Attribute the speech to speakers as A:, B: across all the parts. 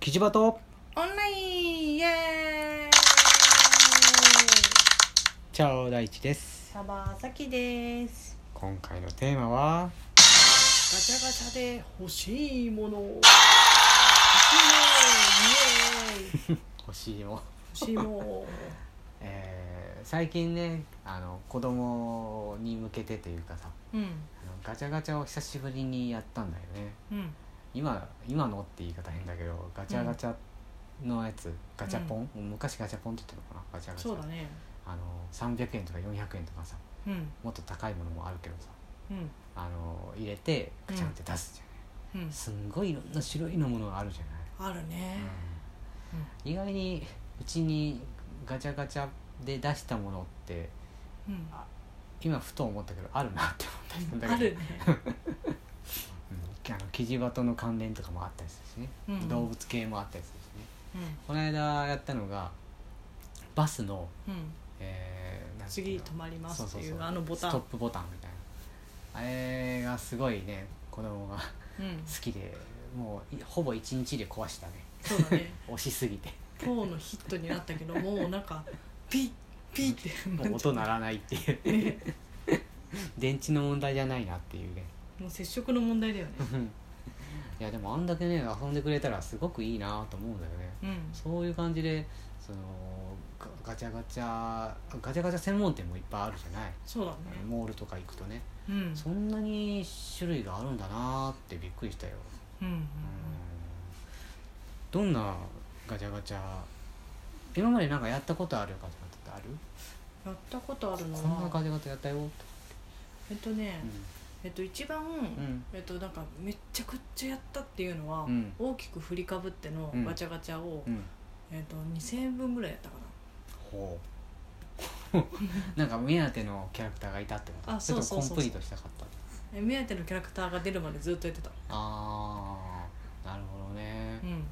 A: キジバト
B: オンラインイエーイ
A: チャオ大地です
B: サバサキです
A: 今回のテーマは
B: ガチャガチャで欲しいもの欲
A: 欲しいも
B: しいものイエーイ欲しいも
A: えー最近ねあの子供に向けてというかさ
B: の
A: あのガチャガチャを久しぶりにやったんだよね
B: うんうん
A: 今今のって言い方変だけどガチャガチャのやつ、ガチャポン、昔ガチャポンって言ったのかなガチャガチャ
B: そうだね
A: あの300円とか400円とかさ
B: うん
A: もっと高いものもあるけどさ
B: うん
A: あの入れてガチャンって出すじゃない、
B: うん
A: すんごいいろんな種類のものがあるじゃない
B: あるね
A: 意外にうちにガチャガチャで出したものって
B: うん、
A: 今ふと思ったけどあるなって思ったりするんだけど
B: あるね
A: うんあのキジバトの関連とかもあったりするしね、
B: うん
A: 動物系もあったりするしね
B: うん
A: この間やったのがバスの、
B: うん
A: えーなんていう
B: 次
A: の
B: 止まりますって
A: そ
B: いう
A: そうそ
B: あのボタ
A: ストッ
B: ン
A: プボタンみたいなあれがすごいね子供が好
B: うん
A: きでもういほぼ一日で壊したね
B: そうだね
A: 押しすぎて
B: ポーのヒットになったけどもうなんかピッピッって
A: もう音鳴らないっていう
B: ね
A: 電池の問題じゃないなっていうね
B: もう接触の問題だよね
A: いやでもあんだけね遊んでくれたらすごくいいなと思うんだよね
B: うん
A: そういう感じでそのガガチャガチャガチャガチャ専門店もいっぱいあるじゃない、
B: そうだね
A: モールとか行くとね
B: うんうん
A: そんなに種類があるんだなってびっくりしたよ、
B: うんうん
A: うん、どんなガチャガチャ今までなんかやったことあるガチャガチャって
B: やったことあ
A: ある
B: るの
A: こんなガ
B: は
A: チャガチャやったよとか
B: えっとねえっと一番
A: うん
B: えっとなんかめっちゃくちゃやったっていうのは
A: うん
B: 大きく振りかぶっての
A: うん
B: ガチャガチャを
A: うん、うん
B: えっと2000円分ぐらいやったか
A: ほう なんか目当てのキャラクターがいたってこと
B: あそうそ
A: ち
B: うそう
A: ょっとコンプリートしたかった
B: なえ目当てのキャラクターが出るまでずっとやってた
A: ああなるほどね、
B: うん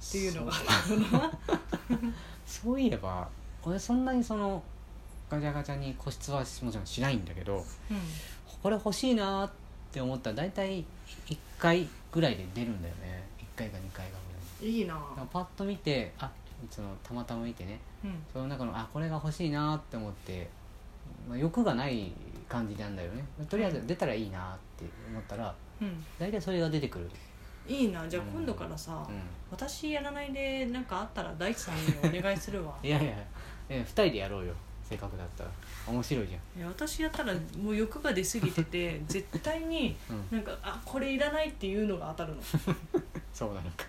B: っていうのが
A: そ
B: あるのは
A: そういえば俺そんなにそのガチャガチャに個室はもちろんしないんだけど
B: うん
A: これ欲しいなーって思ったら大体1回ぐらいで出るんだよね1回か2回かぐらい
B: いいな
A: だからパッと見てあそのたまたま見てね
B: うん
A: その中のあこれが欲しいなって思って、まあ、欲がない感じなんだよねとりあえず出たらいいなって思ったら
B: うん
A: 大体それが出てくる、
B: いいなじゃあ今度からさ
A: うん、
B: 私やらないでなんかあったら大地さんにお願いするわ
A: いやいや2人でやろうよせっかくだったら面白いじ
B: いや私やったらもう欲が出過ぎ てて絶対に
A: ゃん、うん、
B: なんかあこれいらないっていうのが当たるの、
A: そうなのか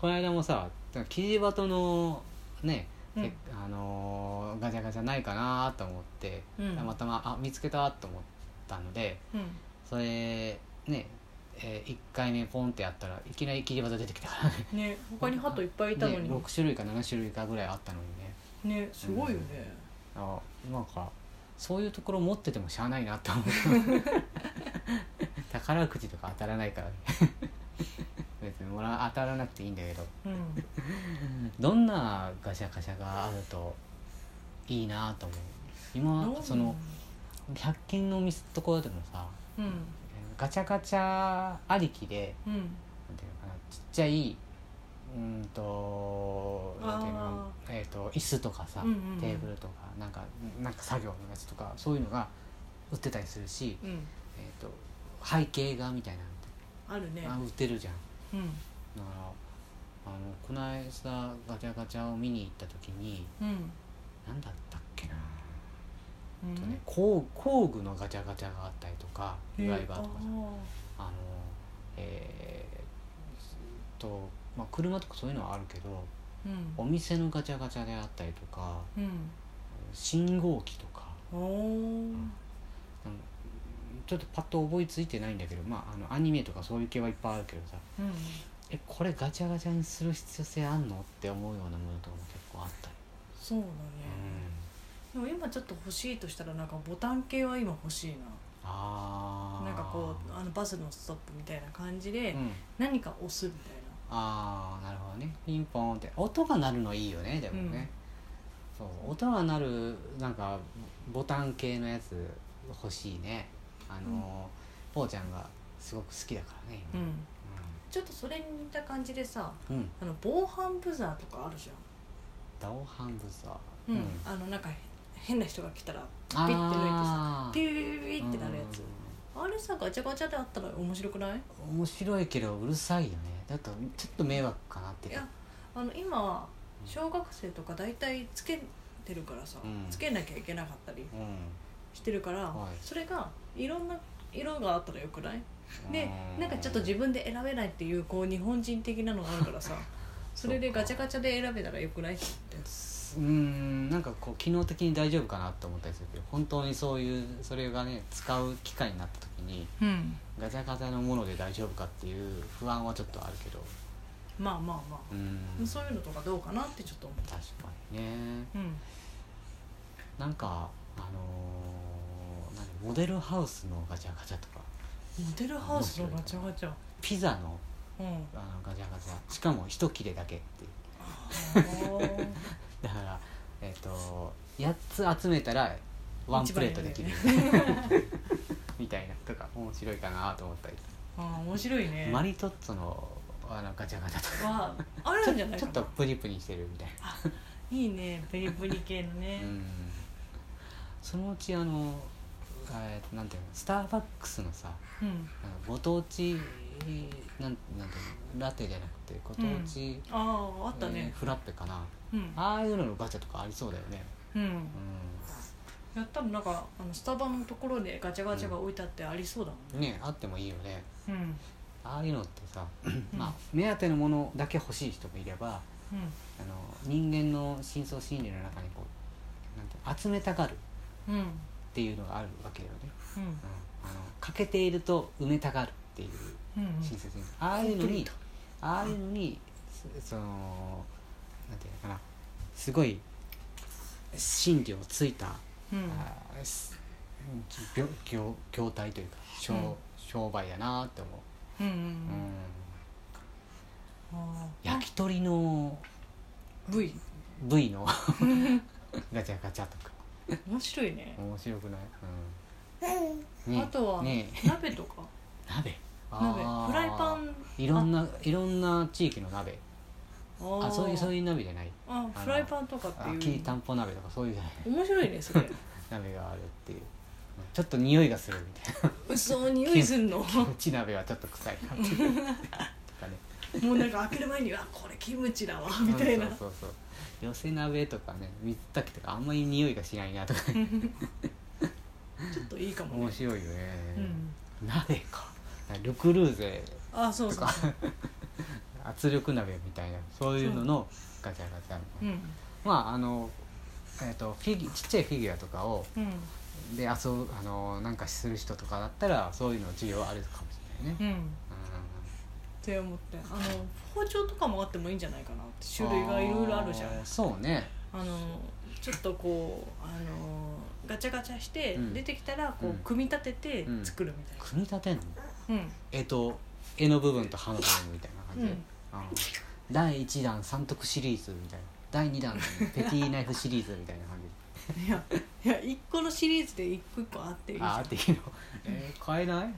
A: この間もさキジバトのね、
B: うん
A: えあのーガチャガチャないかなと思って、
B: うん
A: たまたまあ見つけたと思ったので
B: うん
A: それね、え1回目ポンってやったらいきなりキジバト出てきたからね
B: うん、ね他にハトいっぱいいたのに
A: ね
B: ね
A: 6種類か7種類かぐらいあったのにね
B: すごいよね、
A: あなんかそういうところ持っててもしゃあないなと思う宝くじとか当たらないからね別にもら当たらなくていいんだけど
B: うん、
A: どんなガシャガシャがあるといいなと思う今その100均の店ところでもさ
B: うん
A: ガチャガチャありきで
B: うん
A: なんていうのかなちっちゃいうーんとなんていうのかなえー、と椅子とかさ、
B: うんうんうん
A: テーブルとかなんかなんか作業のやつとかそういうのが売ってたりするし、
B: うん
A: えー、と背景画みたいなの
B: あるね
A: あ売ってるじゃん
B: うん
A: だからあのこの間ガチャガチャを見に行った時に
B: うん
A: 何だったっけな、
B: う
A: えっとね
B: ん
A: 工工具のガチャガチャがあったりとかドライバーとかさ
B: え
A: あのえー、とまあ車とかそういうのはあるけど
B: ーう
A: お
B: ん
A: 店のガチャガチャであったりとか
B: うん
A: 信号機とか
B: おお
A: うんちょっとパッと覚えついてないんだけどまああのアニメとかそういう系はいっぱいあるけどさ
B: うん
A: えこれガチャガチャにする必要性あんのって思うようなものとかも結構あったり、
B: そうだね、
A: うん、
B: でも今ちょっと欲しいとしたらなんかボタン系は今欲しいな
A: あー
B: なんかこうあのバスのストップみたいな感じで、
A: うん
B: 何か押すみたいな
A: ああなるほどねピンポンって音が鳴るのいいよねでもね、そう音が鳴るなんかボタン系のやつ欲しいねあのー、ぽーちゃんがすごく好きだからね、
B: う
A: 今
B: ん
A: うん
B: ちょっとそれに似た感じでさ
A: うん
B: あの防犯ブザーとかあるじ
A: ダオハンブザ
B: ゃ
A: ー
B: ん、うんあのなんか変な人が来たら
A: あー
B: ピッて抜いてさピューピューピューピューってなるやつ、あれさガチャガチャであったら面白くない
A: うん面白いけどうるさいよねだとちょっと迷惑かなっていうか
B: いやあの今小学生とか大体つけてるからさ、
A: うん
B: つけなきゃいけなかったり
A: う
B: してるから、
A: はい
B: それがいろんな色があったらよくない
A: ん
B: で
A: う
B: なんかちょっと自分で選べないっていうこう日本人的なのがあるからさそれでガチャガチャで選べたらよくないって
A: うーんなんかこう機能的に大丈夫かなと思ったりするけど本当にそういうそれがね使う機会になった時に
B: うん
A: ガチャガチャのもので大丈夫かっていう不安はちょっとあるけど
B: まあまあま
A: う
B: あ、
A: ん
B: そういうのとかどうかなってちょっと思
A: 確かにね
B: ううん
A: なんかあのーなんかモデルハウスのガチャガチャとか
B: モデルハウスのガチャガチャ
A: ピザの
B: うん
A: あのガチャガチャしかも一切れだけっていうだからえっ、と8つ集めたらワンプレートできる、みたいなとか面白いかなと思ったり
B: あー面白い ね
A: マリトッツォのあのガチャガチャとか
B: はあるんじゃない
A: ち
B: か
A: ょっ
B: な
A: とプニプニしてるみたいな、
B: いいねプリプリ系のね、
A: うん、そのうちあのえーなんていうのスターバックスのさ
B: う
A: なん
B: ん、
A: かご当地なんなんていうのラテじゃなくてご当地、
B: あああった
A: えー
B: ね、
A: フラッペかな
B: うん
A: ああいうののガチャとかありそうだよね
B: うん
A: う
B: やったらなんかあのスタバのところでガチャガチャが置いてあってありそうだも
A: んねあってもいいよね
B: んね
A: ああいうのってさ、まあ、目当てのものだけ欲しい人もいれば
B: うん、
A: あの人間の深層心理の中にこうなんていうの集めたがるっ
B: うんうん
A: ていうのがあるわけよね、
B: うん
A: うん、あの欠けていると埋めたがるっていう
B: うん
A: 深層心理、ああいうの
B: コンプリー
A: に
B: ト
A: ああいうのにそそのなんていうのかなすごい心理をついた、
B: うんうん
A: あーす業業業態というか商,、
B: うん
A: 商売やなって思う。
B: うん
A: うん
B: あー
A: 焼き鳥の
B: あ V
A: 部位の ガチャガチャとか
B: 面白いね
A: 面白くない、うんね
B: あとは
A: ね
B: 鍋とか
A: 鍋
B: 鍋
A: あー
B: フライパン
A: いろんないろんな地域の鍋
B: あ
A: あ
B: ー
A: そういうそういう鍋じゃない
B: あフライパンとかって
A: あ
B: いう
A: きりたんぽ鍋とかそういうじゃない
B: 面白い ねそれ
A: 鍋があるっていうちょっと匂いがするみたいな
B: 嘘匂いすん の
A: キムチ鍋はちょっと臭いなっていうとかね
B: もうなんか開ける前にはこれキムチだわ みたいな
A: そうそうそう寄せ鍋とかね水炊きとかあんまり匂いがしないなとか、ね、
B: ちょっといいかも
A: 面
B: ね、
A: 白いよね、
B: うん、
A: 鍋かルクルーゼ
B: あそうそうそう
A: 圧力鍋みたいなそういうののガチャガチャ、
B: うん
A: まああのえっとフィギちっちゃいフィギュアとかを
B: うん
A: で遊ぶあのなんかする人とかだったらそういうの需要あるかもしれないね、
B: うん
A: う
B: って思ってあの包丁とかもあってもいいんじゃないかなって
A: ん
B: 種類がいろいろあるじゃん
A: ーそうね
B: あのちょっとこうあのガチャガチャして
A: うん
B: 出てきたらこう
A: うん
B: 組み立てて
A: うん
B: 作るみたい
A: 組み立てんの
B: な
A: えっと絵の部分と刃の部分みたいな感じで、
B: うん
A: あー第1弾三徳シリーズみたいな第2弾ペティナイフシリーズみたいな感じで
B: うん、いやいや1個のシリーズで1個1個あっていいじ
A: あ
B: ゃ
A: あ
B: ん
A: っていうの、えー買えない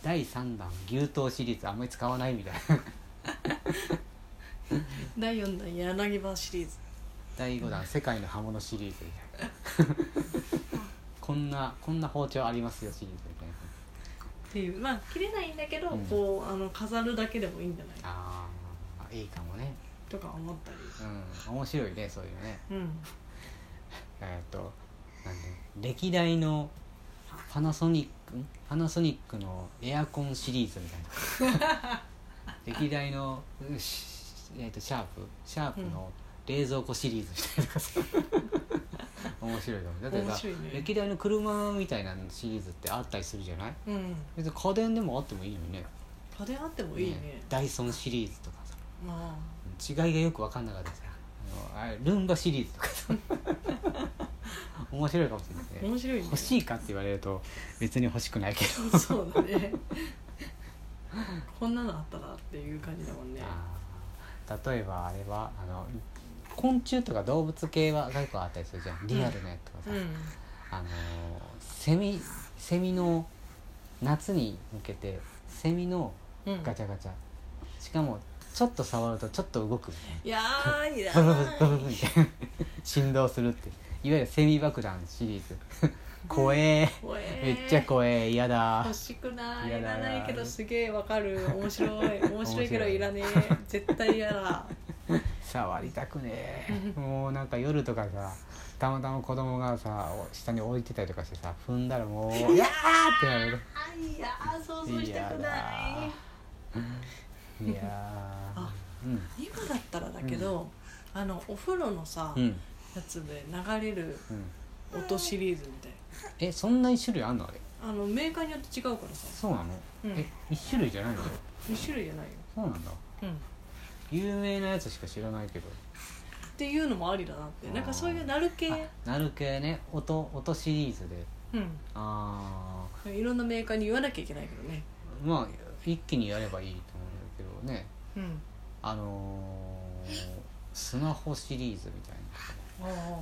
A: 第3弾牛刀シリーズあんまり使わないみたいな
B: 第4弾柳葉シリーズ
A: 第5弾世界の刃物シリーズみたいな こんなこんな包丁ありますよシリーズみたいな
B: っていうまあ切れないんだけど、
A: うん
B: こうあの飾るだけでもいいんじゃないか
A: ああいいかもね
B: とか思ったり
A: うん面白いねそういうのね
B: うん
A: えーっとなんで歴代のパナソニックんパナソニックのエアコンシリーズみた いな歴代の、うしえーっとシャープシャープの冷蔵庫シリーズみたいなのがさ面白いと思うだって
B: 面
A: さ、
B: 白いね
A: 歴代の車みたいなシリーズってあったりするじゃない
B: うん
A: 別に家電でもあってもいいのにね
B: 家電あってもいいね
A: ダイソンシリーズとかさ
B: ま
A: 違いがよく分かんなかったですあのあれルンバシリーズとか さ面白いかもしれ
B: あ
A: ない
B: 面
A: ね
B: 白いね
A: 欲しいかって言われると別に欲しくないけど、
B: そうだねこんなのあったらっていう感じだもんね
A: あー例えばあれはあの昆虫とか動物系は結構あったりするじゃんリアルなやつとかさ、
B: うん
A: あのセミセミの夏に向けてセミの
B: うん
A: ガチャガチャ、しかもちょっと触るとちょっと動くみたいない
B: やーいら
A: ブルブルブ ル
B: な
A: ブルみたいな 振動するっていわゆるセミ爆弾シリーズ怖え
B: い怖え
A: めっちゃ怖え嫌だ
B: 欲しくない
A: 嫌
B: い
A: だ
B: ら
A: な
B: ないけどすげえわかる 面白い面白いけど
A: 面白い
B: いらねえ絶対嫌 だ
A: 触りたくねえもうなんか夜とかさたまたま子供がさお下に置いてたりとかしてさ踏んだらも う「いやー!」ってなる
B: あいやー想像し
A: い
B: た
A: や
B: くな
A: だ
B: い
A: いや
B: あ
A: ーうん
B: 今だったらだけど、あのお風呂のさ、
A: うん
B: やつで流れる
A: うん
B: 音シリーズみたい
A: えそんな一種類あんのあれ
B: なあのメーカーによって違うからさ
A: そうなの、
B: うん
A: え一種類じゃないの
B: 2種類じゃないよ、
A: そうなんだ
B: うん、っ
A: 有名なやつしか知らないけど
B: ていうのもありだなってなんかそういうなる系
A: あなる系ね音音シリーズで
B: う
A: ああ
B: んいろんなメーカーに言わなきゃいけないけどね
A: まあ一気にやればいいと思うんだけどね
B: うん
A: あのースマホシリーズみたい
B: ああ
A: な、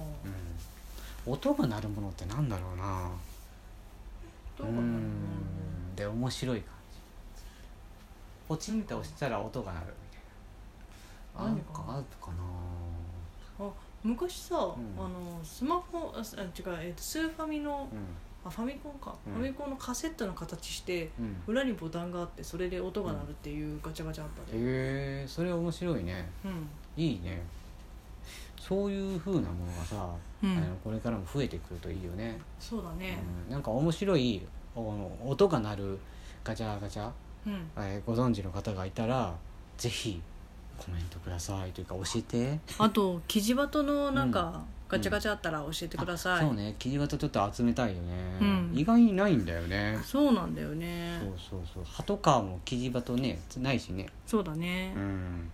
A: うん、音が鳴るものってなんだろうな
B: どう
A: う
B: かなうん
A: んで面白い感じポチンと押したら音が鳴るみたいな
B: うん
A: なんかあるか
B: あ昔さ、
A: ん
B: あのスマホあすあ違う、えっとスーファミの
A: な
B: あファミコンか、
A: うん
B: ファミコンのカセットの形して
A: うん、うん、
B: 裏にボタンがあってそれで音が鳴るっていうガチャガチャあったね
A: えー、それ面白いね
B: うん
A: いいねそういう風なものがさ、
B: うん
A: あのこれからも増えてくるといいよね、
B: そうだね
A: うん、なんか面白いあの音が鳴るガチャガチャ
B: うん
A: えーご存知の方がいたらぜひコメントくださいというか教えて
B: あとキジバトのなんかガチャガチャあったら教えてください、
A: そうね切り方ちょっと集めたいよね、
B: うん
A: 意外にないんだよね
B: そうなんだよね
A: そうそうそうハトカーも切り場とねないしね
B: そうだね
A: うん